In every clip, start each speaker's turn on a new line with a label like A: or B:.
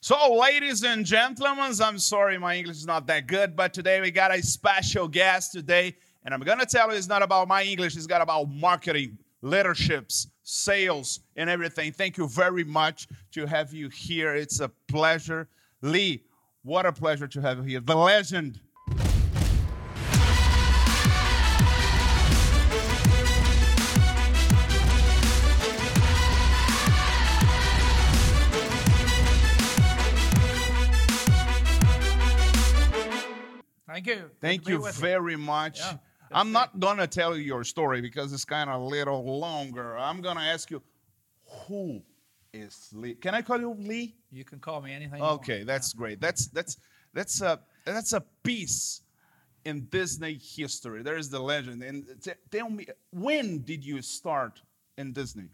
A: So, ladies and gentlemen, I'm sorry my English is not that good, but today we got a special guest today, and I'm gonna tell you it's not about my English, it's got about marketing, leaderships, sales, and everything. Thank you very much to have you here. It's a pleasure. Lee, what a pleasure to have you here. The legend.
B: Thank you. Good
A: Thank
B: to be
A: you
B: with
A: very much.
B: Yeah, good
A: I'm not gonna tell you your story because it's kind of a little longer. I'm gonna ask you, who is Lee? Can I call you Lee?
B: You can call me anything. you want.
A: Okay, that's great. That's that's that's a that's a piece in Disney history. There is the legend. And t- tell me, when did you start in Disney?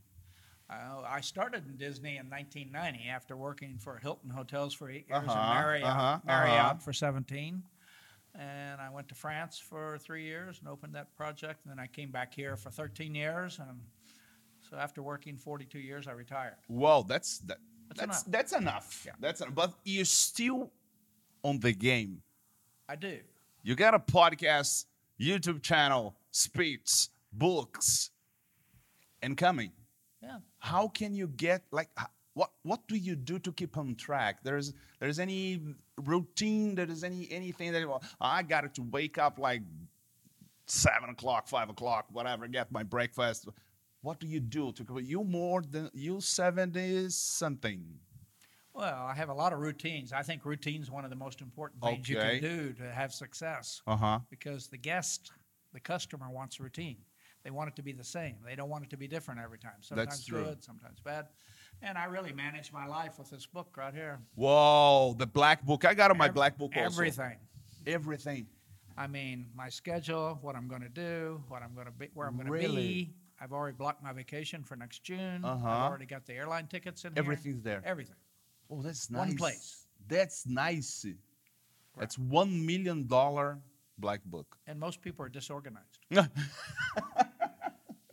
B: Uh, I started in Disney in 1990 after working for Hilton Hotels for eight years
A: Uh-huh,
B: and Marriott,
A: uh-huh,
B: Marriott
A: uh-huh.
B: for 17. And I went to France for three years and opened that project. And then I came back here for 13 years. And so after working 42 years, I retired.
A: Well, that's that,
B: That's
A: that's that's enough.
B: enough.
A: That's enough.
B: Yeah.
A: But you're still on the game.
B: I do.
A: You got a podcast, YouTube channel, speech, books, and coming.
B: Yeah.
A: How can you get like h- what what do you do to keep on track? There's there's any routine, there is any anything that well, I got to wake up like seven o'clock, five o'clock, whatever, get my breakfast. What do you do to keep- you more than you seventy something?
B: Well, I have a lot of routines. I think routine's one of the most important things you
A: Okay.
B: can do to have success.
A: Uh huh.
B: because the guest, the customer wants routine. They want it to be the same. They don't want it to be different every time. Sometimes
A: true.
B: good, sometimes bad. And I really manage my life with this book right here.
A: Whoa, the black book. I got on my
B: Ev-
A: black book also.
B: Everything.
A: Everything.
B: I mean, my schedule, what I'm going to do, what I'm going to be, where I'm going to
A: Really?
B: be. I've already blocked my vacation for next June.
A: Uh-huh.
B: I've already got the airline tickets in here.
A: Everything's there.
B: Everything.
A: Oh, that's nice.
B: One place.
A: That's nice. That's one million dollar black book.
B: And most people are disorganized.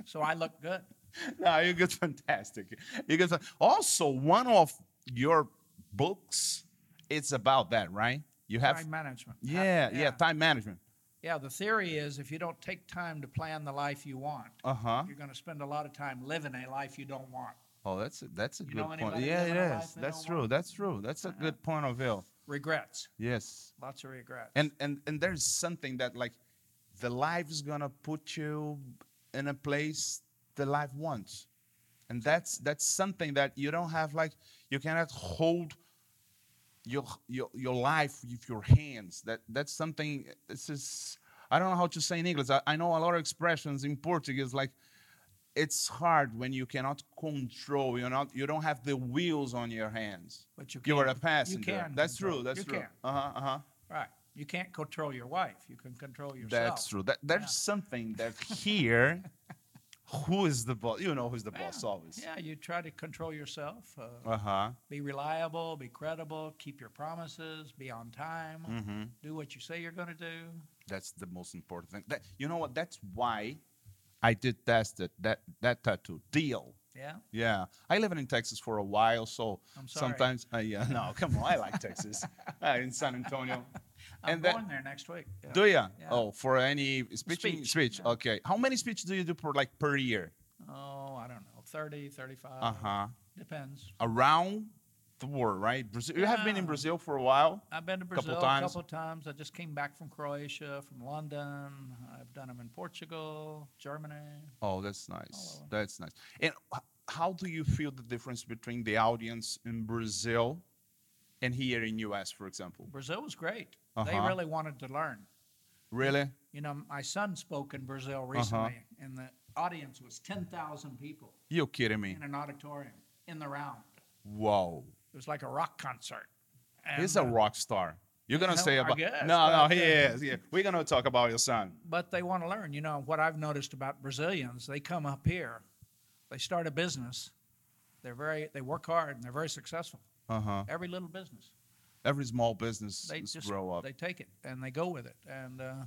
B: so I look good.
A: no, you get fantastic. You get also one of your books. It's about that, right? You have
B: Time management. I-
A: yeah, yeah, time management.
B: Yeah, the theory is if you don't take time to plan the life you want,
A: Uh huh.
B: you're going to spend a lot of time living a life you don't want.
A: Oh, that's a, that's a
B: You
A: good
B: know
A: point.
B: anybody
A: Yeah,
B: living a
A: yes,
B: life they
A: that's
B: don't
A: true.
B: want?
A: That's true. That's
B: Uh-huh.
A: a good point of view.
B: Regrets,
A: Yes.
B: lots of regrets.
A: and and and there's something that like the life's gonna put you in a place the life wants and that's that's something that you don't have like you cannot hold your your, your life with your hands that that's something this is i don't know how to say in english I, I know a lot of expressions in portuguese like it's hard when you cannot control you're not you don't have the wheels on your hands
B: but you
A: you're
B: can-
A: a passenger
B: You can
A: that's
B: control-
A: true that's
B: you
A: true
B: Can.
A: uh-huh uh-huh
B: Right. You can't control your wife. You can control yourself.
A: that's true. That there's
B: Yeah.
A: something that here, who is the boss? You know who's the boss
B: Yeah.
A: always.
B: Yeah, you try to control yourself. Uh,
A: Uh huh.
B: be reliable, be credible, keep your promises, be on time,
A: Mm-hmm.
B: do what you say you're going to do.
A: That's the most important thing. That you know what? That's why I did test it. That that tattoo deal.
B: Yeah.
A: Yeah, I lived in Texas for a while, so
B: I'm sorry.
A: sometimes uh, yeah. No, come on, I like Texas. Uh, in San Antonio.
B: I'm
A: And that-
B: going there next week. Yeah.
A: Do ya?
B: Yeah.
A: Oh, for any speech?
B: Speech,
A: Speech.
B: yeah.
A: Okay. How many speeches do you do per like per year?
B: Oh, I don't know. 30, 35.
A: Uh huh.
B: Depends.
A: Around the world, right? Brazil. You have been in
B: Yeah.
A: Brazil for a while.
B: I've been to
A: Couple
B: Brazil a
A: times.
B: couple of times. I just came back from Croatia, from London. I've done them in Portugal, Germany.
A: Oh, that's nice.
B: over.
A: That's nice. And h- how do you feel the difference between the audience in Brazil and here in US, for example?
B: Brazil was great. They
A: Uh-huh.
B: really wanted to learn.
A: Really?
B: You know, my son spoke in Brazil
A: Uh-huh.
B: recently, and the audience was 10,000 people
A: You kidding me?
B: in an auditorium in the round.
A: Whoa.
B: It was like a rock concert.
A: He's
B: And,
A: a
B: uh,
A: rock star. You're gonna
B: no,
A: say
B: I
A: about
B: guess,
A: no, no,
B: but,
A: he
B: uh,
A: is. Yeah, we're gonna talk about your son.
B: but they want to learn. You know, what I've noticed about Brazilians, they come up here, they start a business, they're very, they work hard, and they're very successful.
A: Uh huh.
B: Every little business.
A: Every small business
B: Uh-huh. they
A: is
B: just
A: grow up.
B: They take it and they go with it. And uh,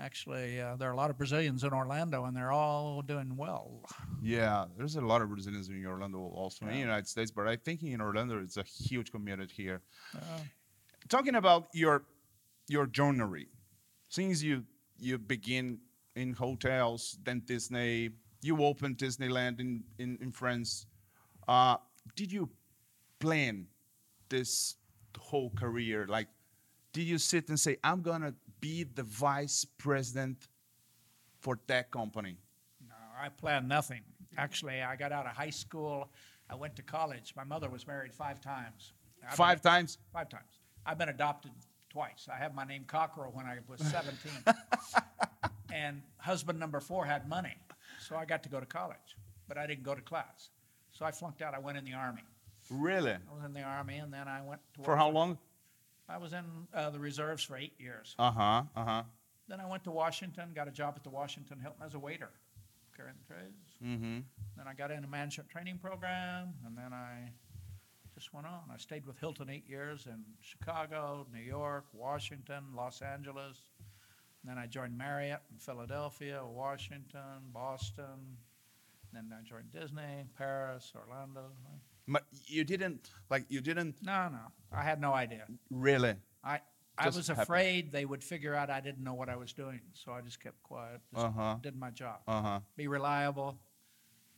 B: Actually, uh, there are a lot of Brazilians in Orlando, and they're all doing well.
A: Yeah, there's a lot of Brazilians in Orlando also in the
B: Yeah.
A: United States, but I think in Orlando it's a huge community here.
B: Uh,
A: Talking about your your journey, since you you begin in hotels, then Disney, you opened Disneyland in in, in France. Uh, did you plan this whole career? Like, did you sit and say, "I'm gonna be the vice president for that company"?
B: No, I planned nothing. Actually, I got out of high school. I went to college. My mother was married five times. I've been-
A: Five times.
B: Five times. I've been adopted twice. I had my name Cockrell when I was 17. and husband number four had money, so I got to go to college, but I didn't go to class. So I flunked out. I went in the Army.
A: Really?
B: I was in the Army, and then I went to
A: For how long?
B: I was in uh, the reserves for eight years.
A: Uh huh. Uh huh.
B: Then I went to Washington, got a job at the Washington Hilton as a waiter, carrying trays.
A: Mm-hmm.
B: Then I got in a management training program, and then I just went on. I stayed with Hilton eight years in Chicago, New York, Washington, Los Angeles. And then I joined Marriott in Philadelphia, Washington, Boston. Then I joined Disney, Paris, Orlando.
A: But you didn't like you didn't
B: No, no, I had no idea.
A: really.
B: I I
A: Just
B: was
A: happened.
B: afraid they would figure out I didn't know what I was doing, so I just kept quiet. Just
A: Uh-huh.
B: Did my job.
A: Uh huh.
B: Be reliable.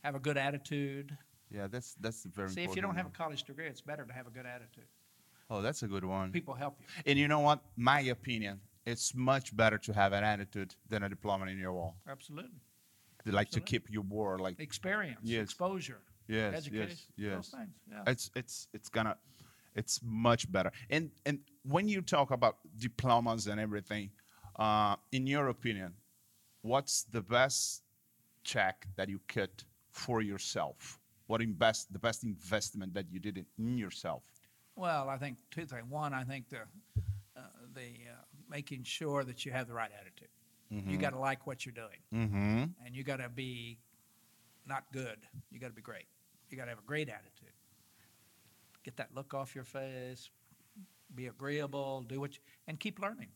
B: Have a good attitude.
A: Yeah, that's that's very.
B: See, if you
A: important
B: don't have a
A: one.
B: college degree, it's better to have a good attitude.
A: Oh, that's a good one.
B: People help you.
A: And you know what? My opinion, it's much better to have an attitude than a diploma in your wall.
B: Absolutely.
A: They Like to
B: Absolutely.
A: keep you war. Like
B: Experience,
A: Yes.
B: exposure,
A: yes,
B: education,
A: yes,
B: those
A: yes.
B: things. Yeah.
A: It's it's it's gonna, it's much better. And and when you talk about diplomas and everything, uh, in your opinion, what's the best check that you cut for yourself? What invest the best investment that you did in, in yourself?
B: well, I think two things. One, I think the uh, the uh, making sure that you have the right attitude. You got to like what you're doing,
A: Mm-hmm.
B: and you got to be not good. You got to be great. You got to have a great attitude. Get that look off your face. Be agreeable. Do what you, and keep learning.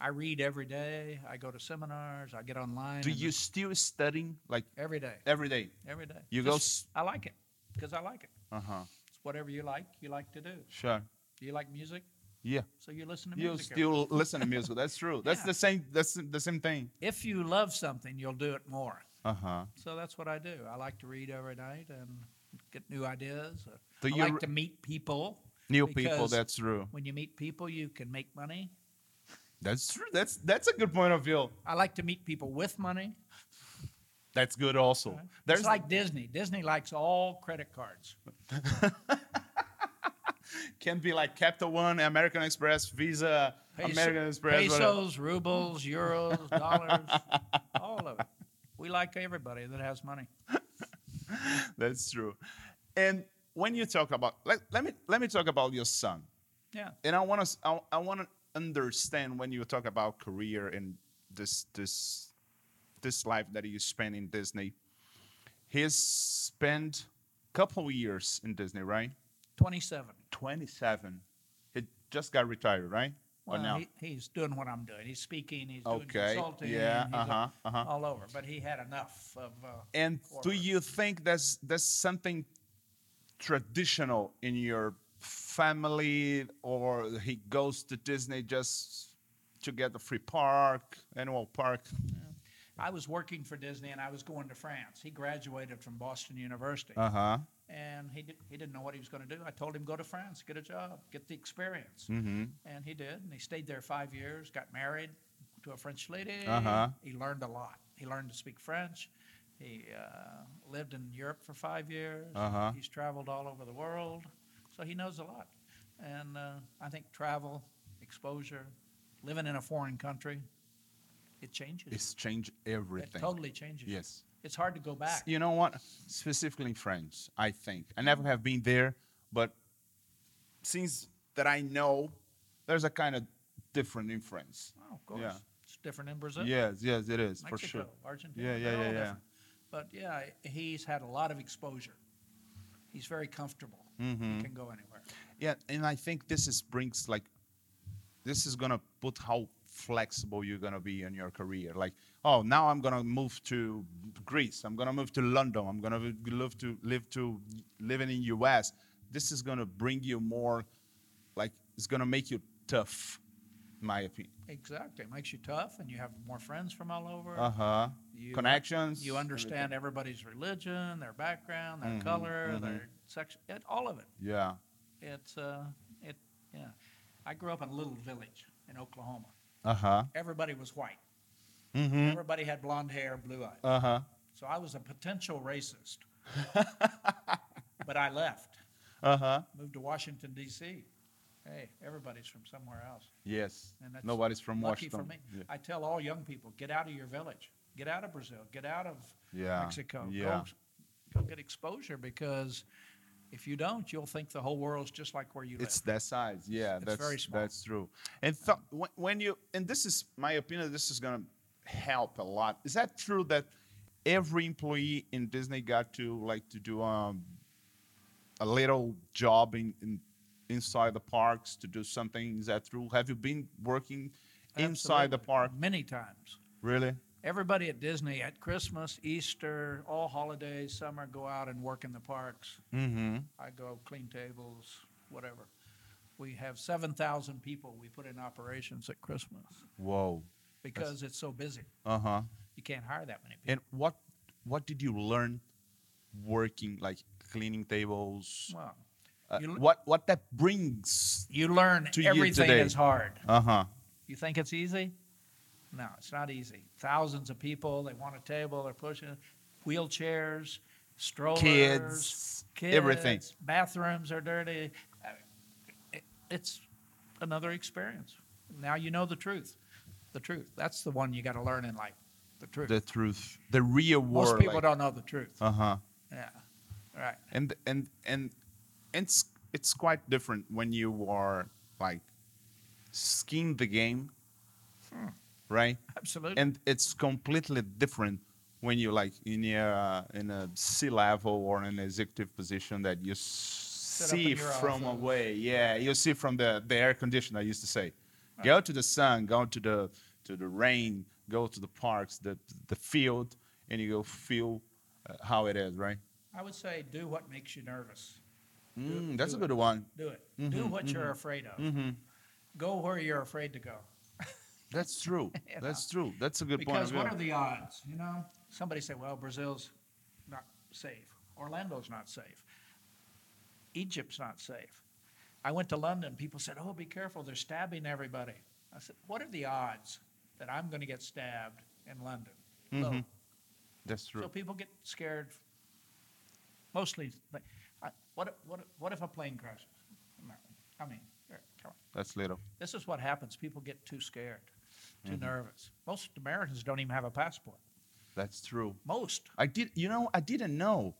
B: I read every day. I go to seminars. I get online.
A: Do
B: and-
A: you still studying like
B: every day?
A: every day?
B: Every day.
A: You go
B: Just- I like it because I like it.
A: Uh huh.
B: It's whatever you like, you like to do.
A: Sure.
B: Do you like music?
A: Yeah.
B: So you listen to
A: You
B: music. every-
A: still listen to music. That's true. That's
B: Yeah.
A: the same. That's the same thing.
B: if you love something, you'll do it more.
A: Uh huh.
B: So that's what I do. I like to read every night and get new ideas. Uh,
A: Do
B: I
A: you re-
B: like to meet people.
A: New people.
B: because
A: That's true.
B: When you meet people, you can make money.
A: That's true. That's that's a good point of view.
B: I like to meet people with money.
A: That's good also.
B: right?
A: There's
B: it's like Disney. Disney likes all credit cards.
A: can be like Capital One, American Express, Visa,
B: Peso-
A: American Express. whatever.
B: pesos, rubles, euros, dollars, all of it. We like everybody that has money.
A: That's true. And when you talk about let, let me let me talk about your son.
B: Yeah.
A: And I want to I, I want to understand when you talk about career and this this this life that you spend in Disney. He's spent couple years in Disney, right?
B: 27.
A: 27. He just got retired, right? Or
B: Well,
A: now?
B: he, he's doing what I'm doing. He's speaking. He's doing
A: Oh, Okay.
B: consulting.
A: Yeah.
B: He's
A: Uh huh. Uh huh.
B: all over. But he had enough of. Uh,
A: And do
B: corporate.
A: you think that's that's something traditional in your family, or he goes to Disney just to get a free park, annual park?
B: I was working for Disney, and I was going to France. He graduated from Boston University,
A: Uh huh.
B: and he did, he didn't know what he was going to do. I told him go to France, get a job, get the experience,
A: Mm-hmm.
B: and he did. And he stayed there five years, got married to a French lady.
A: Uh-huh.
B: He learned a lot. He learned to speak French. He uh, lived in Europe for five years.
A: Uh-huh.
B: He's traveled all over the world, so he knows a lot. And uh, I think travel, exposure, living in a foreign country, it changes. you.
A: It's changed everything.
B: It totally changes. you.
A: Yes.
B: It's hard to go back.
A: You know what? Specifically in France, I think. I never have been there, but since that I know, there's a kind of different in France.
B: Oh, of course.
A: Yeah.
B: It's different in Brazil.
A: Yes, yes, it is
B: Mexico,
A: for sure.
B: Argentina.
A: Yeah, yeah,
B: they're all
A: yeah, yeah.
B: different. But yeah, he's had a lot of exposure. He's very comfortable.
A: Mm-hmm.
B: He can go anywhere.
A: Yeah, and I think this is brings like this is gonna put how flexible you're going to be in your career. Like, oh, now I'm going to move to Greece. I'm going to move to London. I'm going to live to live to living in US. This is going to bring you more like it's going to make you tough in my opinion.
B: Exactly. It makes you tough and you have more friends from all over.
A: Uh-huh.
B: You-
A: Connections.
B: You understand everybody's religion, their background, their
A: Mm-hmm,
B: color, their sex, it, all of it.
A: Yeah.
B: It's, uh, it, yeah. I grew up in a little village in Oklahoma.
A: Uh-huh.
B: Everybody was white.
A: Mhm.
B: Everybody had blonde hair, blue eyes.
A: Uh-huh.
B: So I was a potential racist. but I left,
A: Uh-huh.
B: moved to Washington, D.C. Hey, everybody's from somewhere else.
A: Yes.
B: And that's
A: Nobody's from
B: Lucky
A: Washington.
B: for me.
A: Yeah.
B: I tell all young people get out of your village, get out of Brazil, get out of
A: Yeah,
B: Mexico.
A: yeah.
B: Go, go get exposure because if you don't, you'll think the whole world's just like where you
A: It's that size. Yeah,
B: It's
A: that's
B: very small.
A: that's true. And th- when, when you and this is my opinion, this is gonna help a lot. Is that true that every employee in Disney got to like to do um, a little job in, in inside the parks to do something? Is that true? Have you been working
B: live.
A: inside the
B: Absolutely.
A: park?
B: Many times.
A: Really?
B: Everybody at Disney at Christmas, Easter, all holidays, summer, go out and work in the parks.
A: Mm-hmm.
B: I go clean tables, whatever. We have 7,000 people we put in operations at Christmas
A: Whoa.
B: because it's so busy.
A: Uh huh.
B: You can't hire that many people.
A: And what what did you learn working like cleaning tables?
B: Well,
A: Uh,
B: you l-
A: what what that brings.
B: you learn
A: To you
B: everything
A: today.
B: is hard.
A: Uh huh.
B: You think it's easy? No, it's not easy. Thousands of people, they want a table, they're pushing it. wheelchairs, strollers,
A: Kids, everything.
B: kids, Bathrooms are dirty. I mean, it- It's another experience. Now you know the truth. The truth. That's the one you got to learn in life. The truth.
A: The truth, the real world.
B: Most people don't know the truth.
A: Uh huh.
B: yeah. Right.
A: And and and it's it's quite different when you are like skin the game,
B: Hmm.
A: right?
B: Absolutely.
A: And it's completely different when you like in a uh, in a C level or an executive position that you
B: up in
A: see
B: your
A: from
B: office.
A: away. Yeah, you see from the the air conditioner. I used to say, go to the sun, go to the to the rain, go to the parks, the the field, and you go feel uh, how it is, right?
B: I would say do what makes you nervous.
A: Mm, that's a
B: do
A: good one.
B: Do it.
A: Mm-hmm,
B: do what you're afraid of. Go where you're afraid to go.
A: That's true.
B: Yeah.
A: That's true. That's a good
B: Because
A: point.
B: what
A: of
B: are
A: view.
B: the odds? You know, somebody said, well, Brazil's not safe. Orlando's not safe. Egypt's not safe. I went to London. People said, oh, be careful. They're stabbing everybody. I said, what are the odds that I'm going to get stabbed in London? Low.
A: That's Mm-hmm. true.
B: So people get scared. Mostly, like, I, what, what, what if a plane crashes? No. I mean, here, come on.
A: That's little.
B: This is what happens. People get too scared, too
A: Mm-hmm.
B: nervous. Most Americans don't even have a passport.
A: That's true.
B: Most.
A: I did. You know, I didn't know.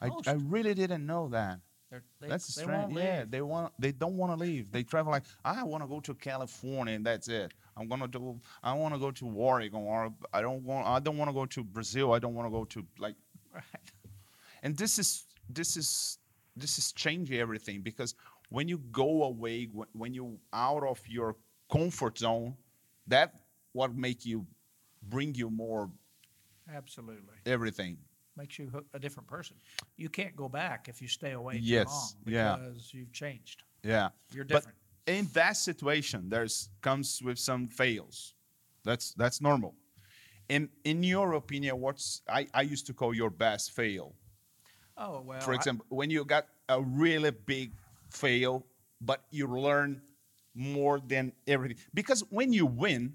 A: I, I
B: Most.
A: really didn't know that.
B: They're, Oh, they,
A: That's
B: they
A: strange.
B: won't
A: Yeah,
B: leave.
A: they want. They don't want to leave. They travel like I want to go to California and that's it. I'm gonna do. I want to go to Warwick or I don't want. I don't want to go to Brazil. I don't want to go to like.
B: Right.
A: And this is this is this is changing everything because when you go away, wh- when you out of your comfort zone, that what make you bring you more
B: Absolutely.
A: everything.
B: Makes you a different person. You can't go back if you stay away too
A: Yes,
B: long
A: yeah.
B: because you've changed.
A: Yeah.
B: You're
A: But-
B: different.
A: in that situation there's comes with some fails that's that's normal in in your opinion what's i, I used to call your best fail
B: oh well.
A: for
B: I-
A: example when you got a really big fail but you learn more than everything because when you win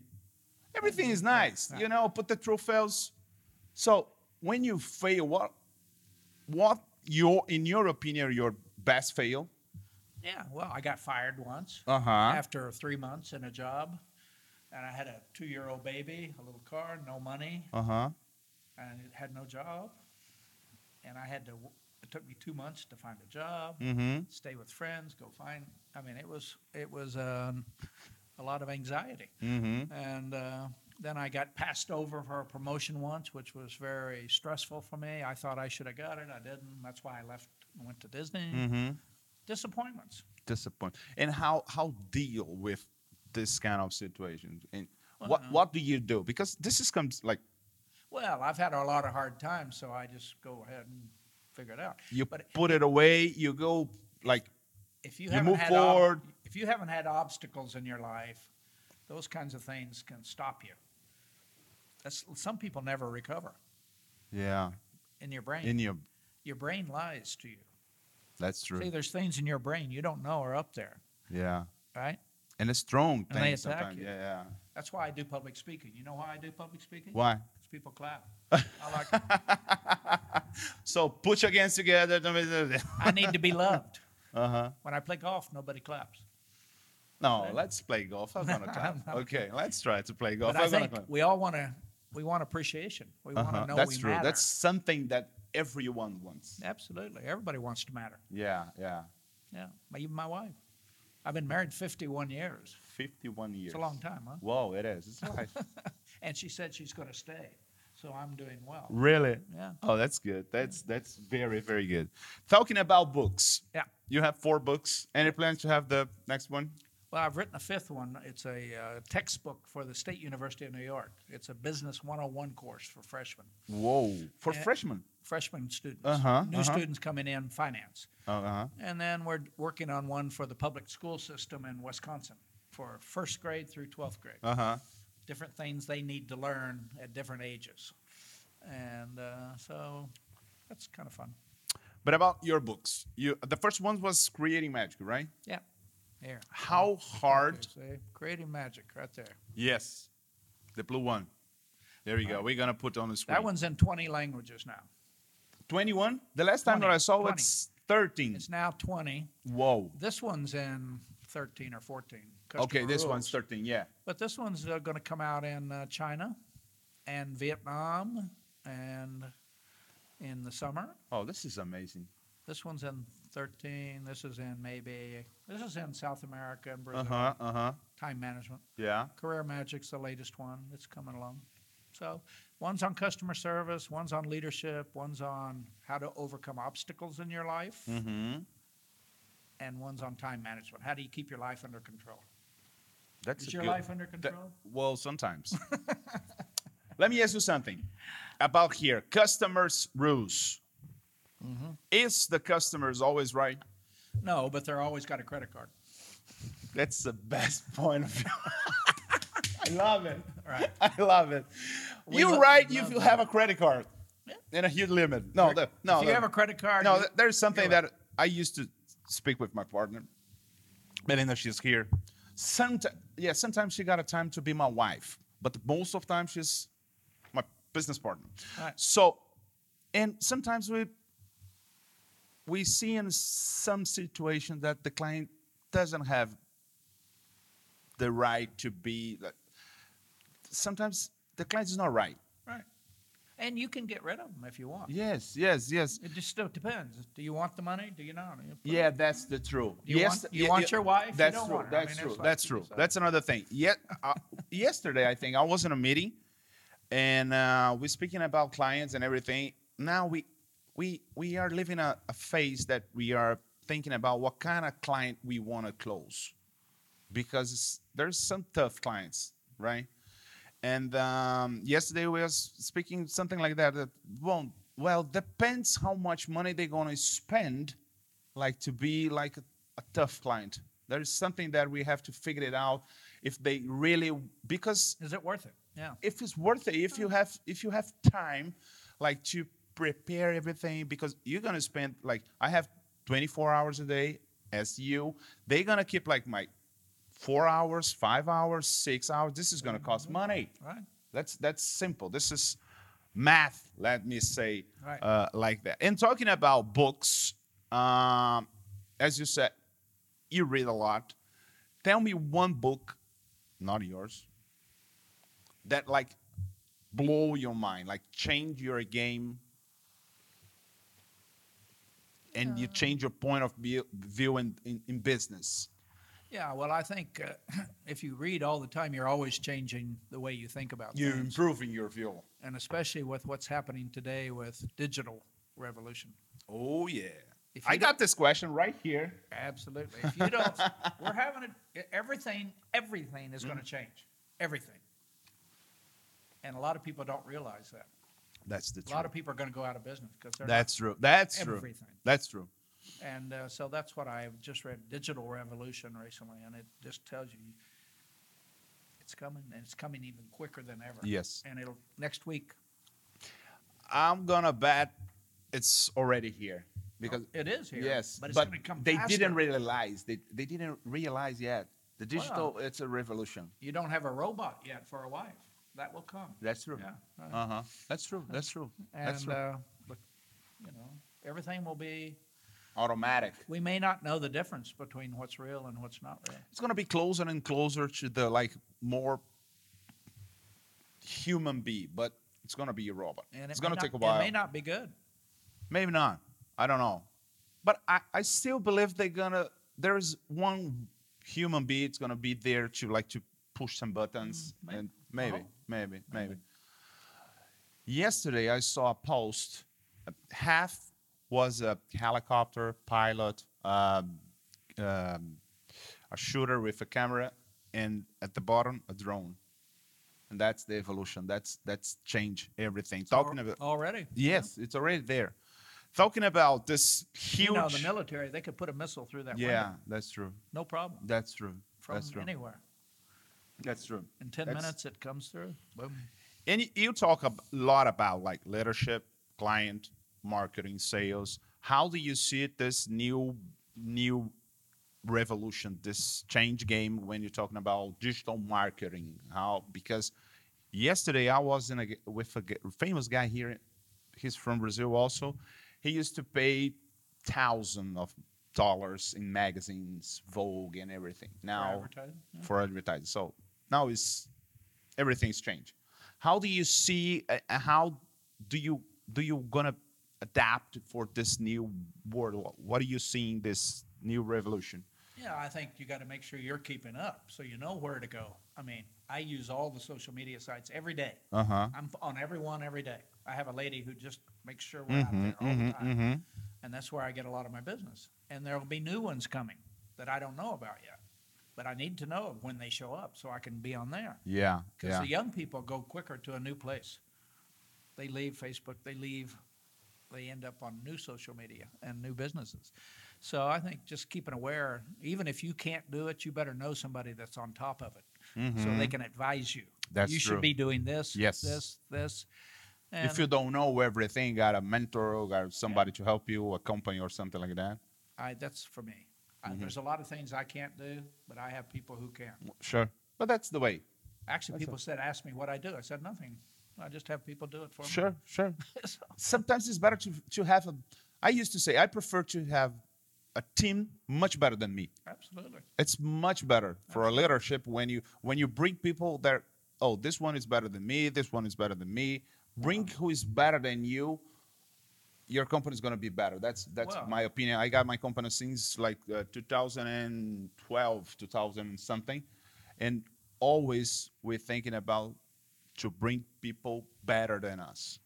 A: everything is nice you know put the trophies so when you fail what what your in your opinion your best fail
B: yeah. Well, I got fired once
A: uh-huh
B: after three months in a job, and I had a two-year-old baby, a little car, no money,
A: uh-huh
B: and it had no job, and I had to. w- It took me two months to find a job.
A: mm-hmm
B: Stay with friends. Go find. I mean, it was it was um, a lot of anxiety.
A: mm-hmm
B: And uh, then I got passed over for a promotion once, which was very stressful for me. I thought I should have got it. I didn't. That's why I left and went to Disney.
A: mm-hmm
B: Disappointments.
A: disappoint and how how deal with this kind of situations? And
B: Well,
A: what
B: no.
A: what do you do? Because this is comes like
B: Well, I've had a lot of hard times, so I just go ahead and figure it out.
A: you
B: But-
A: put it away, you go like
B: If you,
A: You
B: haven't
A: move
B: had
A: forward.
B: if you haven't had obstacles in your life, those kinds of things can stop you. That's, some people never recover
A: yeah,
B: in your brain.
A: in your
B: your brain lies to you.
A: that's
B: See,
A: true.
B: there's things in your brain you don't know are up there,
A: Yeah.
B: right?
A: And a strong
B: they
A: thing
B: attack
A: sometimes.
B: you.
A: Yeah, yeah.
B: That's why I do public speaking. You know why I do public speaking?
A: Why?
B: Because people clap. I like it.
A: So put your hands together.
B: I need to be loved.
A: uh-huh.
B: When I play golf, nobody claps.
A: No, let's play golf. I'm gonna clap. Okay, let's try to play golf.
B: but I
A: I'm gonna
B: think
A: clap.
B: we all want to. We want appreciation. We want
A: Uh-huh.
B: to know
A: That's
B: we
A: true.
B: matter.
A: That's something that everyone wants.
B: absolutely. Everybody wants to matter.
A: Yeah, yeah.
B: Yeah, My- even my wife. I've been married 51 years.
A: 51 years.
B: It's a long time, Oh. huh?
A: Whoa, it is. It's life.
B: And she said she's going to stay, so I'm doing well.
A: really?
B: Yeah.
A: Oh, that's good. That's that's very very good. Talking about books.
B: Yeah.
A: You have four books. Any plans to have the next one?
B: Well, I've written a fifth one. It's a uh, textbook for the State University of New York. It's a Business 101 course for freshmen,
A: Whoa. For
B: Yeah.
A: freshmen.
B: freshman students,
A: Uh-huh,
B: new
A: uh-huh.
B: students coming in finance.
A: Oh, uh-huh.
B: And then we're working on one for the public school system in Wisconsin for first grade through 12th grade.
A: Uh-huh.
B: Different things they need to learn at different ages. And uh, so that's kind of fun.
A: But about your books. You the first one was Creating Magic, right?
B: Yeah. Here.
A: How
B: Mm-hmm.
A: hard?
B: There's a creating magic right there.
A: Yes. The blue one. There you go. We're going to put on the screen.
B: That one's in 20 languages now.
A: 21? The last time that
B: 20,
A: I saw
B: 20.
A: it's 13.
B: It's now 20.
A: Whoa.
B: This one's in 13 or 14.
A: Okay,
B: customer
A: this
B: rules.
A: one's 13. Yeah.
B: But this one's uh, going to come out in uh, China and Vietnam and in the summer.
A: Oh, this is amazing.
B: This one's in 13. This is in maybe, this is in South America and Brazil.
A: Uh-huh, uh-huh.
B: Time management.
A: Yeah.
B: Career Magic's the latest one. It's coming along. So one's on customer service, one's on leadership, one's on how to overcome obstacles in your life,
A: Mhm.
B: and one's on time management. How do you keep your life under control?
A: That's
B: Is
A: a
B: your
A: good-
B: life under
A: that-
B: control?
A: well, sometimes. Let me ask you something about here. Customers rules.
B: Mm-hmm.
A: Is the customers always right?
B: No, but they're always got a credit card.
A: That's the best point of view. I love it.
B: Right.
A: I love it.
B: We
A: You're
B: lo-
A: right
B: we
A: if
B: love
A: you
B: that.
A: have a credit card
B: Yeah.
A: and a huge limit. No, the, no.
B: If you
A: the-
B: have a credit card,
A: no,
B: you-
A: th- there's something
B: You're right.
A: that I used to speak with my partner. Melinda, she's here. Sometimes, yeah, sometimes she got a time to be my wife, but most of the time she's my business partner.
B: Right.
A: So, and sometimes we we see in some situation that the client doesn't have the right to be. Like, sometimes the client is not right.
B: right. And you can get rid of them if you want.
A: Yes, yes, yes.
B: It just still depends. Do you want the money? Do you not? You put-
A: Yeah, that's the truth.
B: Do you want- you want your wife? You
A: That's
B: don't
A: true.
B: want her. I
A: That's
B: mean,
A: true.
B: that's
A: That's
B: what
A: true.
B: you decide.
A: That's another thing. Yet, uh, yesterday I think I was in a meeting, and uh, we're speaking about clients and everything. Now we we we are living a, a phase that we are thinking about what kind of client we want to close, because it's- there's some tough clients, right? And um, yesterday we were speaking something like that. That well, well, depends how much money they're gonna spend, like to be like a, a tough client. There is something that we have to figure it out if they really because
B: Is it worth it? Yeah.
A: if it's worth it if you have if you have time like to prepare everything because you're gonna spend like i have 24 hours a day as you they're gonna keep like my four hours five hours six hours this is gonna cost money
B: Right.
A: that's that's simple this is math let me say
B: Right.
A: uh, like that and talking about books um, as you said you read a lot tell me one book not yours that like blow your mind, like change your game, and you change your point of view, view in, in, in business.
B: Yeah, well, I think uh, if you read all the time, you're always changing the way you think about
A: You're
B: things,
A: improving your view.
B: and especially with what's happening today with digital revolution.
A: Oh yeah,
B: If
A: I
B: you
A: got this question right here.
B: Absolutely. If you don't, we're having it every everything, everything is
A: Mm.
B: going to change. Everything. And a lot of people don't realize that.
A: That's the
B: A lot of
A: truth.
B: people are going to go out of business because they're
A: That's true. That's
B: not
A: true.
B: everything.
A: That's true.
B: And uh, so that's what I've just read, Digital Revolution recently, and it just tells you it's coming, and it's coming even quicker than ever.
A: Yes.
B: And it'll next week.
A: I'm gonna bet it's already here because
B: it is here.
A: yes,
B: but it's going to come.
A: they
B: faster.
A: didn't realize they they didn't realize yet the digital it's a revolution.
B: You don't have a robot yet for a wife. That will come.
A: That's true.
B: Yeah. right.
A: Uh huh. That's true. That's true. That's
B: and
A: true.
B: uh, but, you know, everything will be.
A: Automatic.
B: We may not know the difference between what's real and what's not real.
A: It's gonna be closer and closer to the like more human bee, but it's gonna be a robot.
B: And it
A: it's
B: may
A: gonna
B: not-
A: take a while.
B: It may not be good.
A: Maybe not. I don't know. But I, I still believe they're gonna there's one human being that's gonna be there to like to push some buttons
B: Mm, may-
A: and maybe,
B: hope.
A: maybe, maybe,
B: Maybe.
A: Yesterday I saw a post. uh, Half was a helicopter pilot, um, um, a shooter with a camera, and at the bottom a drone. And that's the evolution. That's that's change everything. Talking
B: Al-
A: about
B: already.
A: Yes, it's already there. Talking about this huge.
B: You know, the military, they could put a missile through that
A: yeah,
B: window.
A: that's true.
B: No problem.
A: That's true.
B: from
A: that's true.
B: anywhere.
A: That's true.
B: In 10
A: That's-
B: minutes, it comes through. Boom.
A: And y- you talk a b- lot about like leadership, client, marketing, sales. How do you see it, this new new revolution, this change game when you're talking about digital marketing? How because yesterday I was in a g with a g- famous guy here. He's from Brazil also. He used to pay thousands of dollars in magazines, Vogue, and everything. Now
B: advertising, yeah.
A: for advertising. So now is everything's changed. How do you see? Uh, uh, how do you do you gonna adapt for this new world? What are you seeing this new revolution?
B: Yeah, I think you got to make sure you're keeping up so you know where to go. I mean, I use all the social media sites every day.
A: Uh huh.
B: I'm on every one every day. I have a lady who just makes sure
A: Mm-hmm,
B: we're out there all the time. And that's where I get a lot of my business. And there will be new ones coming that I don't know about yet. But I need to know when they show up so I can be on there.
A: Yeah.
B: Because
A: Yeah.
B: the young people go quicker to a new place. They leave Facebook, they leave, they end up on new social media and new businesses. So I think just keeping aware, even if you can't do it, you better know somebody that's on top of it so they can advise you.
A: Mm-hmm. That's
B: you
A: true.
B: should be um, doing this,
A: Yes.
B: this, this. And
A: If you don't know everything, got a mentor or got somebody to help you, a company or something like that.
B: I, that's for me. I,
A: Mm-hmm.
B: There's a lot of things I can't do, but I have people who can.
A: Sure. But that's the way.
B: Actually, people said, ask me what I do. I said, nothing. I just have people do it for me.
A: Sure. Sure.
B: So-
A: sometimes it's better to to have a. I used to say I prefer to have a team much better than me.
B: absolutely.
A: It's much better for a leadership when you when you bring people that oh this one is better than me, this one is better than me. Bring
B: Uh-huh.
A: who is better than you. Your company is going to be better. That's that's
B: Wow.
A: my opinion. I got my company since like uh, 2012, 2000 and something, and always we're thinking about to bring people better than us.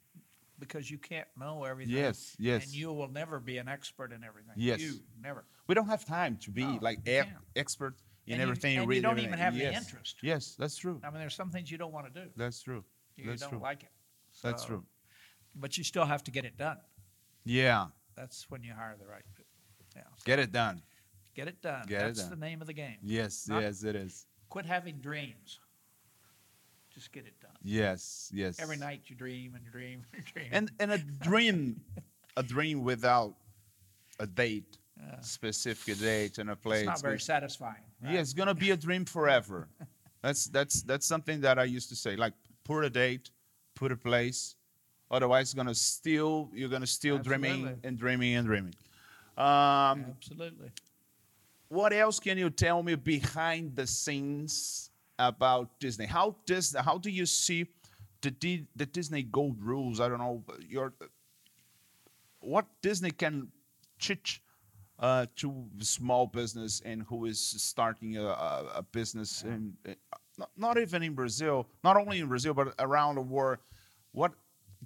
B: because you can't know everything.
A: Yes, yes.
B: And you will never be an expert in everything.
A: Yes.
B: You never.
A: We don't have time to be
B: No,
A: like
B: you
A: e-
B: can't.
A: expert in
B: And you-
A: everything.
B: and you
A: read
B: don't
A: everything.
B: even have the
A: yes.
B: interest.
A: Yes, that's true.
B: I mean, there's some things you don't want to do.
A: That's true.
B: You
A: that's
B: don't
A: true.
B: like it.
A: that's
B: So-
A: true.
B: But you still have to get it done.
A: Yeah,
B: That's when you hire the right people. Yeah.
A: get it done.
B: Get it done.
A: Get it
B: that's
A: done.
B: the name of the game.
A: Yes,
B: Not-
A: yes, it is.
B: Quit having dreams. Just get it done.
A: Yes, yes.
B: Every night you dream and you dream and you dream.
A: And and a dream, a dream without a date,
B: Yeah.
A: specific date and a place.
B: it's Uh, not very satisfying. right?
A: Yeah, it's gonna be a dream forever. that's that's that's something that I used to say. Like put a date, put a place. Otherwise, it's gonna still you're gonna still dreaming
B: Absolutely.
A: and dreaming and dreaming. Um,
B: Absolutely.
A: what else can you tell me behind the scenes about Disney? How does how do you see the D, the Disney Gold Rules? I don't know your what Disney can teach uh, to small business and who is starting a, a, a business in uh, not, not even in Brazil, not only in Brazil but around the world. What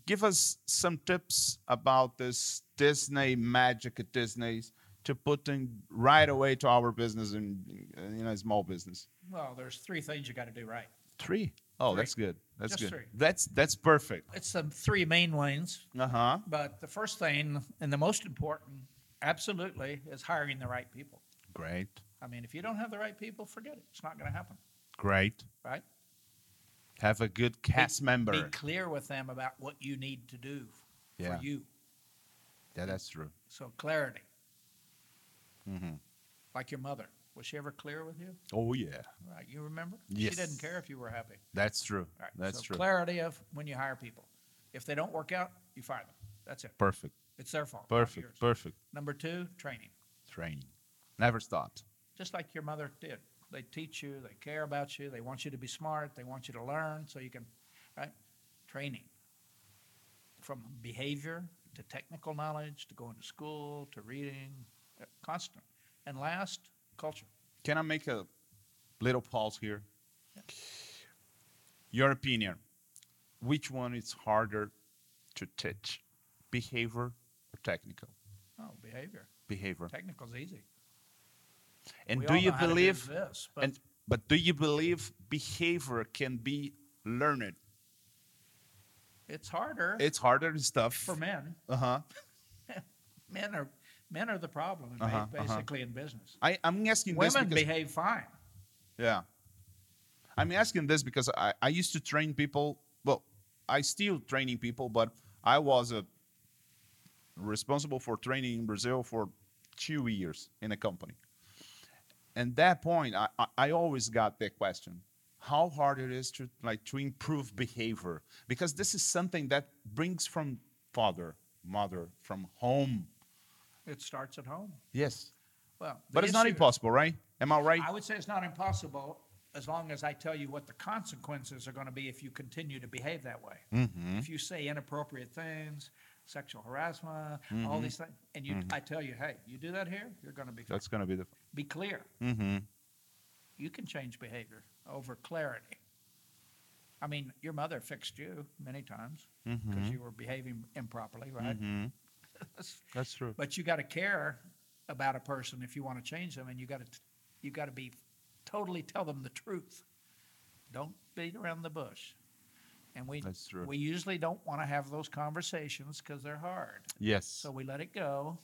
A: give us some tips about this Disney magic at Disney's to putting right away to our business and uh, you know small business?
B: Well, there's three things you got to do right.
A: Three. Oh,
B: Three.
A: that's good. That's
B: Just
A: good.
B: three.
A: That's that's perfect.
B: It's the three main ones,
A: Uh huh.
B: but the first thing and the most important, absolutely, is hiring the right people.
A: Great.
B: I mean, if you don't have the right people, forget it. It's not going to happen,
A: Great.
B: right?
A: Have a good cast member.
B: Be clear with them about what you need to do
A: Yeah.
B: for you.
A: yeah, that's true.
B: So clarity,
A: Mhm.
B: like your mother. Was she ever clear with you?
A: Oh yeah,
B: Right, you remember?
A: Yes.
B: She didn't care if you were happy.
A: that's true.
B: Right.
A: That's
B: so
A: true.
B: clarity of when you hire people. If they don't work out, you fire them. That's it.
A: perfect.
B: It's their fault. not
A: Perfect.
B: yours.
A: Perfect.
B: Number two, training.
A: Training. Never stopped.
B: Just like your mother did. They teach you, they care about you, they want you to be smart, they want you to learn so you can, right? Training. From behavior to technical knowledge to going to school to reading, uh, constant. And last, culture.
A: Can I make a little pause here? Your opinion. Which one is harder to teach? Behavior or technical?
B: Oh, behavior.
A: Behavior.
B: Technical's easy.
A: And
B: We
A: do
B: all
A: you
B: know how to do
A: believe
B: this, but
A: and but do you believe behavior can be learned?
B: it's harder
A: It's harder stuff.
B: for men.
A: Uh-huh.
B: men are men are the problem ba-
A: Uh-huh, uh-huh.
B: basically in business.
A: I, I'm asking this
B: Women
A: because
B: behave fine.
A: Yeah. I'm asking this because I, I used to train people. Well, I still training people, but I was a responsible for training in Brazil for two years in a company. And that point, I, I, I always got that question: how hard it is to like to improve behavior? Because this is something that brings from father, mother, from home.
B: It starts at home.
A: Yes,
B: Well, the
A: but it's not
B: issue-
A: impossible, right? Am I right?
B: I would say it's not impossible as long as I tell you what the consequences are going to be if you continue to behave that way.
A: Mm-hmm.
B: If you say inappropriate things, sexual harassment, all these things, and you, I tell you, hey, you do that here, you're going to be
A: That's gonna be the.
B: be clear.
A: Mm-hmm.
B: You can change behavior over clarity. I mean, your mother fixed you many times
A: mm-hmm.
B: because you were behaving improperly, right?
A: That's true.
B: But you got to care about a person if you want to change them, and you got to you got to be totally tell them the truth. Don't beat around the bush. And we
A: That's true.
B: we usually don't want to have those conversations because they're hard.
A: Yes.
B: So we let it go.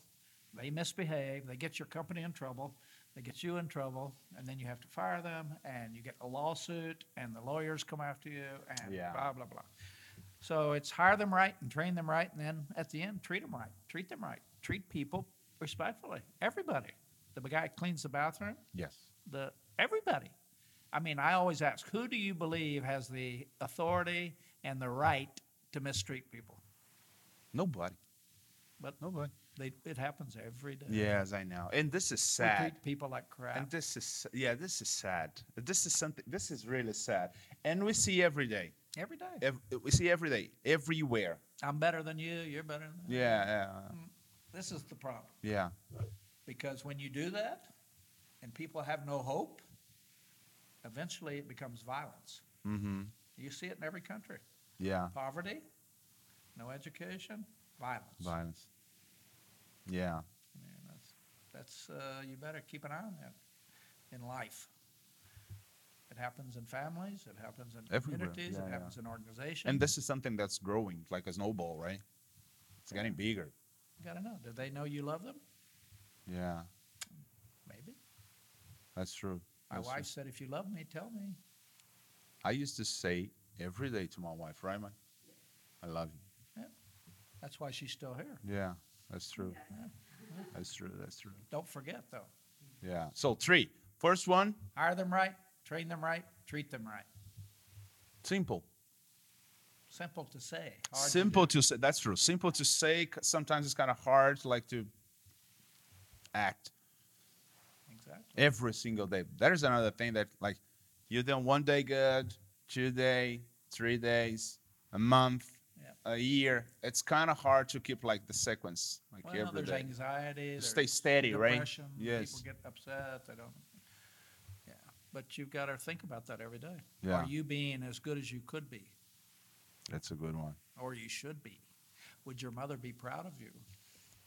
B: They misbehave. They get your company in trouble. They get you in trouble, and then you have to fire them, and you get a lawsuit, and the lawyers come after you, and
A: Yeah.
B: blah blah blah. So it's hire them right and train them right, and then at the end, treat them right. Treat them right. Treat people respectfully. Everybody. The guy cleans the bathroom.
A: Yes.
B: The everybody. I mean, I always ask, who do you believe has the authority and the right to mistreat people?
A: Nobody.
B: But
A: Nobody.
B: they, it happens every day.
A: Yes, I know. And this is
B: We
A: sad.
B: treat people like crap.
A: And this is yeah, this is sad. This is something. This is really sad. And we see every day.
B: every day.
A: Ev- we see every day, everywhere.
B: I'm better than you. You're better than me.
A: Yeah, yeah,
B: This is the problem.
A: yeah.
B: Because when you do that and people have no hope, eventually it becomes violence.
A: Mm-hmm.
B: You see it in every country
A: Yeah.
B: poverty, no education, violence.
A: Violence. Yeah.
B: I mean, that's, that's uh, you better keep an eye on that in life. It happens in families, it happens in
A: Everywhere.
B: communities,
A: Yeah,
B: it
A: yeah.
B: happens in organizations.
A: And this is something that's growing like a snowball, right? It's getting bigger.
B: you gotta know. Do they know you love them?
A: Yeah,
B: Maybe.
A: that's true.
B: My
A: That's true.
B: wife said, if you love me, tell me.
A: I used to say every day to my wife, right, man? I love you.
B: That's why she's still here.
A: Yeah, that's true. That's true. That's true.
B: Don't forget, though.
A: Yeah. So three. First one,
B: Hire them right, train them right, treat them right.
A: simple.
B: Simple to say. hard to
A: simple
B: do.
A: to, say. That's true. Simple to say. c- Sometimes it's kind of hard, like to act
B: exactly.
A: every single day. That is another thing that, like, you done one day good, two day, three days, a month,
B: Yeah.
A: a year. It's kind of hard to keep like the sequence, like
B: Well,
A: every
B: there's
A: day.
B: anxiety. There's
A: Stay steady, right?
B: depression,
A: Yes.
B: People get upset. They don't. Yeah. But you've got to think about that every day.
A: Yeah.
B: Are you being as good as you could be
A: That's a good one.
B: or you should be? Would your mother be proud of you?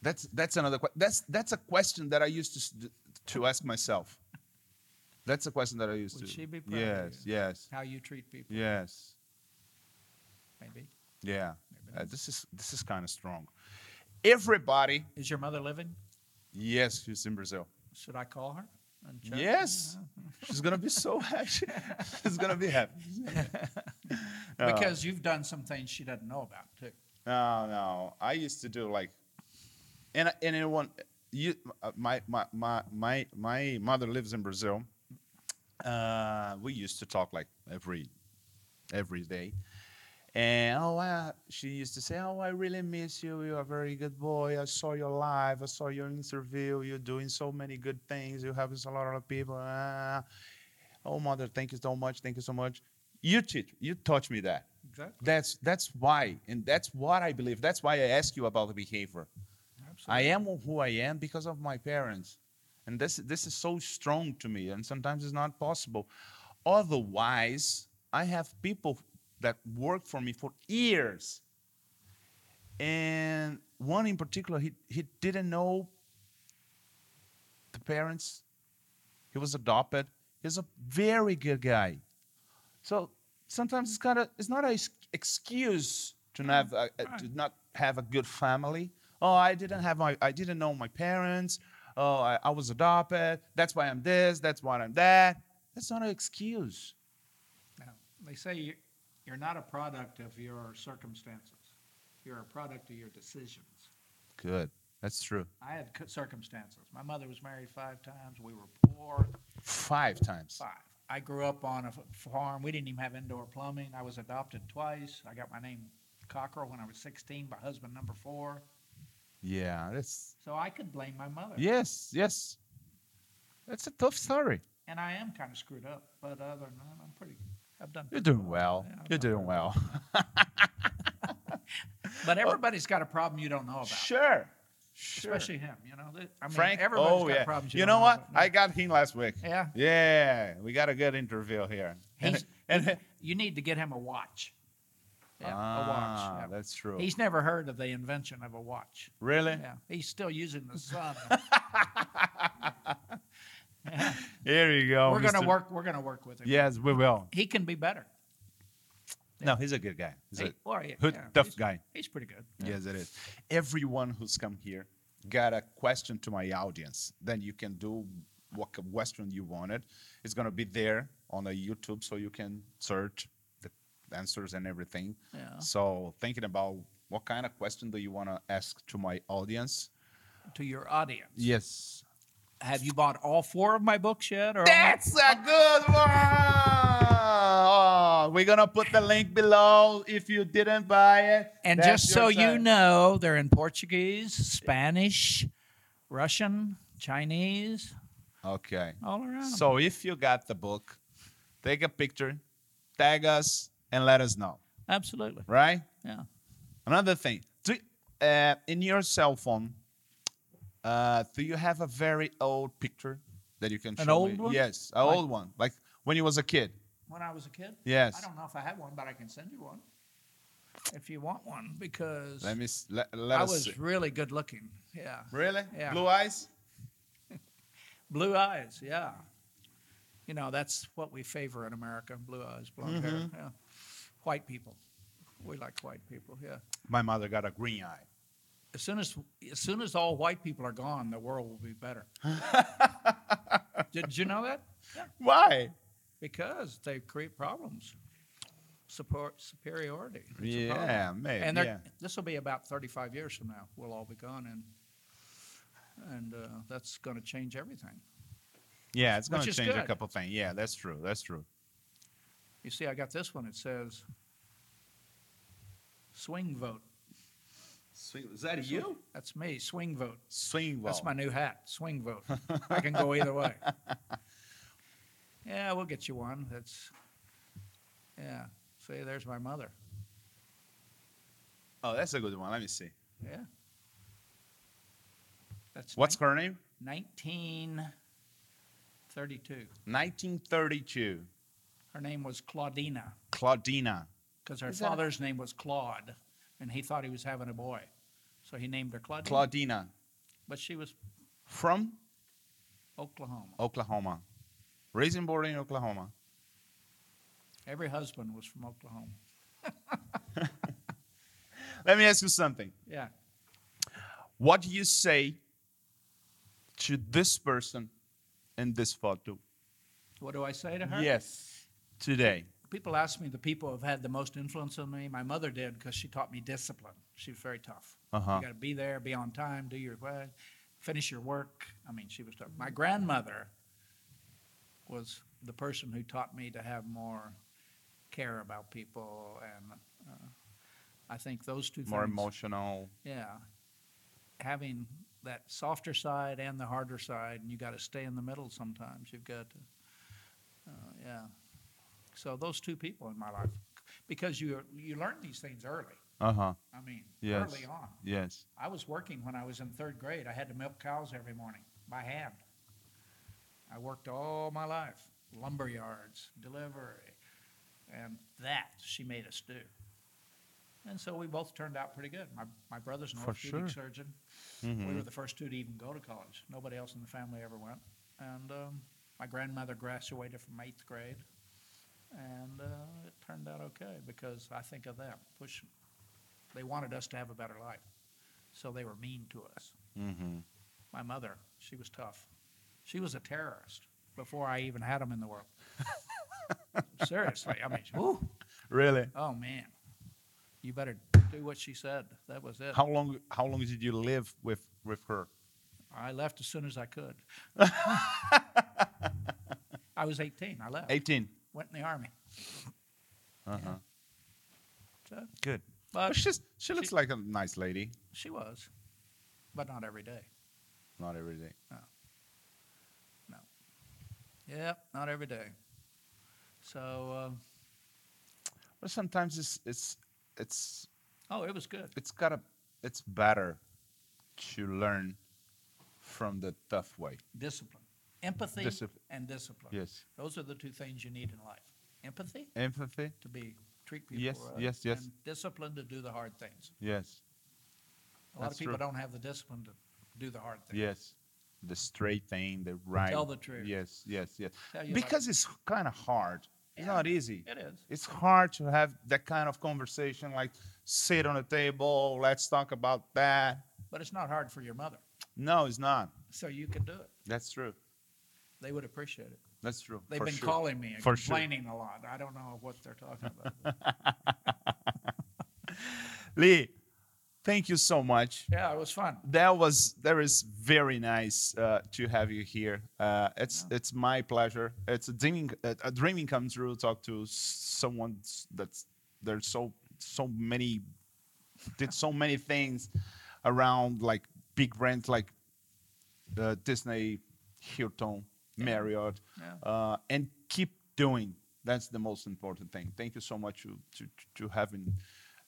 A: That's that's another que- that's that's a question that I used to s- to ask myself. That's a question that I used
B: Would
A: to.
B: she be proud of
A: yes, yes,
B: How you treat people,
A: yes,
B: maybe.
A: yeah. Uh, this is this is kind of strong. Everybody,
B: Is your mother living?
A: yes, who's in Brazil?
B: Should I call her? and check?
A: Yes, she's gonna be so happy. she's gonna be happy.
B: Yeah. Because you've done some things she doesn't know about too.
A: No, no. I used to do like, and I- and anyone, you, uh, my my my my my mother lives in Brazil. Uh, we used to talk like every every day, and oh, I, she used to say, "Oh, I really miss you. You're a very good boy. I saw your live. I saw your interview. You're doing so many good things. You help a lot of people." Ah. Oh, mother, thank you so much. Thank you so much. You teach, you taught me that.
B: Exactly.
A: That's that's why, and that's what I believe. That's why I ask you about the behavior. I am who I am because of my parents, and this this is so strong to me. And sometimes it's not possible. Otherwise, I have people that work for me for years, and one in particular, he he didn't know the parents. He was adopted. He's a very good guy. So sometimes it's kind of it's not an excuse to not have a, a- to not have a good family. Oh, I didn't have my I didn't know my parents. Oh, I, I was adopted. That's why I'm this. That's why I'm that. That's not an excuse.
B: Now, They say you- you're not a product of your circumstances. You're a product of your decisions.
A: Good. That's true.
B: I had c- circumstances. My mother was married five times. We were poor.
A: Five times.
B: Five. I grew up on a f- farm. We didn't even have indoor plumbing. I was adopted twice. I got my name Cockrell when I was 16 by husband number four.
A: Yeah. That's
B: So I could blame my mother.
A: yes, yes. That's a tough story.
B: And I am kind of screwed up, but other than that, I'm pretty. I've done.
A: You're doing well.
B: Yeah,
A: You're doing well.
B: But everybody's got a problem you don't know about.
A: Oh. Sure. Sure.
B: Especially him, you know. that- I mean,
A: Frank,
B: everybody's
A: oh
B: got
A: yeah.
B: problems.
A: You,
B: don't
A: know what?
B: about.
A: I got him last week.
B: Yeah.
A: Yeah, we got a good interview here. And,
B: He's-
A: and
B: You need to get him a watch. Yeah, a
A: ah,
B: watch. yeah.
A: that's true.
B: He's never heard of the invention of a watch.
A: really?
B: Yeah, he's still using the sun.
A: Here you go.
B: we're gonna
A: Mr.
B: work. We're gonna work with him.
A: Yes, we will.
B: he can be better.
A: No, he's a good guy. He's
B: He-
A: a
B: well, yeah,
A: good,
B: yeah,
A: tough
B: he's-
A: guy.
B: He's pretty good.
A: Yes, it is. Everyone who's come here got a question to my audience. Then you can do what k- question you wanted. It's gonna be there on the YouTube, so you can search the answers and everything.
B: Yeah.
A: So thinking about what kind of question do you wanna ask to my audience?
B: To your audience,
A: Yes.
B: have you bought all four of my books yet? Or only-
A: That's a good one. Oh, we're gonna put the link below if you didn't buy it.
B: and
A: That's
B: just
A: your
B: so you
A: time.
B: know, they're in Portuguese, Spanish, Russian, Chinese,
A: Okay.
B: all around.
A: So if you got the book, take a picture, tag us, and let us know.
B: absolutely,
A: Right?
B: yeah.
A: Another thing. Do, uh, in your cell phone, uh, do you have a very old picture that you can show
B: An old
A: me?
B: one?
A: Yes, an
B: Like-
A: old one, like when you was a kid.
B: When I was a kid,
A: Yes.
B: I don't know if I have one, but I can send you one if you want one because
A: Let me s- let, let
B: I
A: us
B: was
A: see.
B: really good looking. Yeah.
A: Really?
B: Yeah.
A: Blue eyes?
B: Blue eyes, yeah. You know, that's what we favor in America blue eyes, blonde hair.
A: Mm-hmm.
B: Yeah. White people. We like white people, yeah.
A: My mother got a green eye.
B: As soon as, as soon as all white people are gone, the world will be better. Did you know that?
A: Why?
B: Because they create problems. Support superiority. It's a problem.
A: Yeah, maybe.
B: And
A: yeah.
B: they're this will be about 35 years from now. We'll all be gone, and and uh, that's going to change everything.
A: Yeah, it's going
B: Which
A: to
B: is
A: change a
B: good.
A: couple things. Yeah, that's true. That's true.
B: You see, I got this one. It says swing vote.
A: Swing, is that
B: That's me, swing vote.
A: Swing vote.
B: That's my new hat, swing vote. I can go either way. Yeah, we'll get you one. That's, yeah. See, there's my mother.
A: Oh, that's a good one. Let me see.
B: Yeah. That's
A: What's her name?
B: 1932.
A: 1932.
B: Her name was Claudina
A: Claudina.
B: because her
A: Is that a-
B: father's name was Claude, and he thought he was having a boy. So he named her Claudine.
A: Claudina
B: But she was
A: from
B: Oklahoma.
A: Oklahoma, raised and born in Oklahoma.
B: Every husband was from Oklahoma.
A: Let me ask you something.
B: Yeah.
A: What do you say to this person in this photo?
B: What do I say to her?
A: Yes. Today.
B: People ask me the people who have had the most influence on me. My mother did because she taught me discipline. She was very tough.
A: Uh-huh.
B: You got to be there, be on time, do your way, finish your work. I mean, she was tough. My grandmother was the person who taught me to have more care about people, and uh, I think those two
A: More
B: things.
A: emotional.
B: Yeah, having that softer side and the harder side, and you got to stay in the middle. Sometimes you've got to, uh, yeah. So those two people in my life, because you you learn these things early.
A: Uh-huh.
B: I mean,
A: Yes.
B: early on.
A: Yes.
B: I was working when I was in third grade. I had to milk cows every morning by hand. I worked all my life, lumber yards, delivery, and that she made us do. And so we both turned out pretty good. My, my brother's an
A: For
B: orthopedic
A: sure.
B: surgeon. We
A: Mhm.
B: were the first two to even go to college. Nobody else in the family ever went. And um, my grandmother graduated from eighth grade. And uh, it turned out okay because I think of them pushing. They wanted us to have a better life. So they were mean to us.
A: Mhm.
B: My mother, she was tough. She was a terrorist before I even had them in the world. Seriously, I mean, ooh,
A: Really?
B: oh man, you better do what she said. That was it.
A: How long how long did you live with with her?
B: I left as soon as I could. I was 18. I left.
A: 18.
B: Went in the army.
A: Uh-huh.
B: So,
A: Good.
B: but
A: But she's, she looks like a nice lady.
B: she was, but not every day.
A: Not every day.
B: Yep, not every day. So,
A: But sometimes it's it's it's
B: uh, oh, it was good.
A: it's gotta it's better to learn from the tough way.
B: Discipline, empathy,
A: Discipl-
B: and discipline.
A: Yes.
B: Those are the two things you need in life: empathy
A: Empathy?
B: to be treat people
A: Yes,
B: right,
A: yes, yes.
B: and discipline to do the hard things.
A: Yes.
B: A lot
A: That's
B: of people
A: true.
B: don't have the discipline to do the hard things.
A: Yes. The straight thing, the right.
B: Tell the truth.
A: Yes, yes, yes.
B: Tell you about-
A: Because it's kind of hard. It's
B: Yeah.
A: not easy.
B: it is.
A: It's hard to have that kind of conversation like sit on a table, let's talk about that.
B: But it's not hard for your mother,
A: No, it's not.
B: so you can do it.
A: That's true.
B: They would appreciate it.
A: That's true.
B: They've
A: for
B: been
A: sure.
B: calling me and
A: For sure.
B: complaining a lot. I don't know what they're talking about. but-
A: Lee, thank you so much.
B: yeah, it was fun.
A: that was that is very nice uh, to have you here. Uh, it's it's my pleasure. It's a dreaming a a dreaming come true. to Talk to s- someone s- that's there's so so many did so many things around like big brands like uh, Disney, Hilton, Marriott,
B: Yeah.
A: uh, and keep doing. That's the most important thing. Thank you so much to to, to having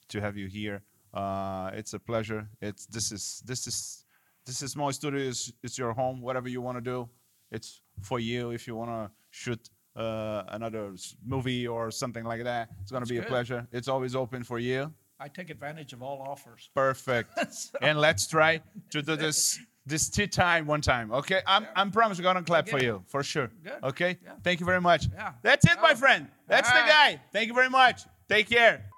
A: to have you here. Uh, it's a pleasure. It's this is this is this is small studio. It's, it's your home. Whatever you want to do, it's for you. If you want to shoot uh, another s- movie or something like that, it's gonna
B: That's
A: be a
B: good.
A: pleasure. It's always open for you.
B: I take advantage of all offers.
A: Perfect.
B: So,
A: and let's try to do this this tea time one time. Okay, I'm I'm promise we're gonna clap for
B: Okay.
A: you for sure.
B: Good.
A: Okay,
B: Yeah.
A: thank you very much.
B: Yeah.
A: That's it, my
B: Oh.
A: friend. That's the
B: Ah.
A: guy. Thank you very much. Take care.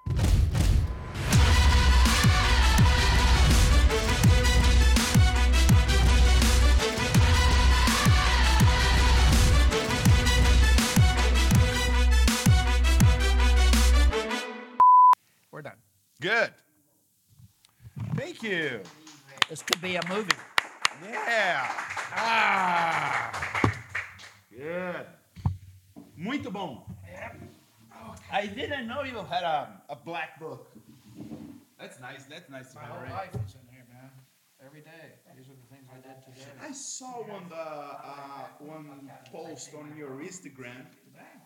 B: We're done.
A: Good. Thank you.
B: This could be a movie.
A: Yeah.
B: Ah!
A: Good. Muito bom. I didn't know you had a, a black book. That's nice. That's nice to
B: My
A: have
B: whole
A: read.
B: life is in here, man. Every day. These are the things I did today.
A: I saw one the uh, one post on your Instagram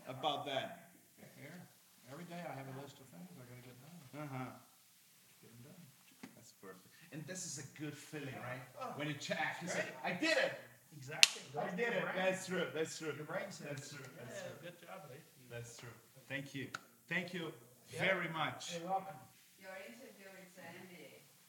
A: about that.
B: Here. Every day I have a list of things I gotta get done.
A: Uh huh.
B: Get 'em done.
A: That's perfect. And this is a good feeling, right? When you check, you say, "I did it!
B: Exactly.
A: I did it!" That's true. That's true.
B: Your brain says.
A: That's true. That's
B: Yeah,
A: true.
B: good job, Lee.
A: That's true. Thank you. Thank you very much.
B: You're welcome.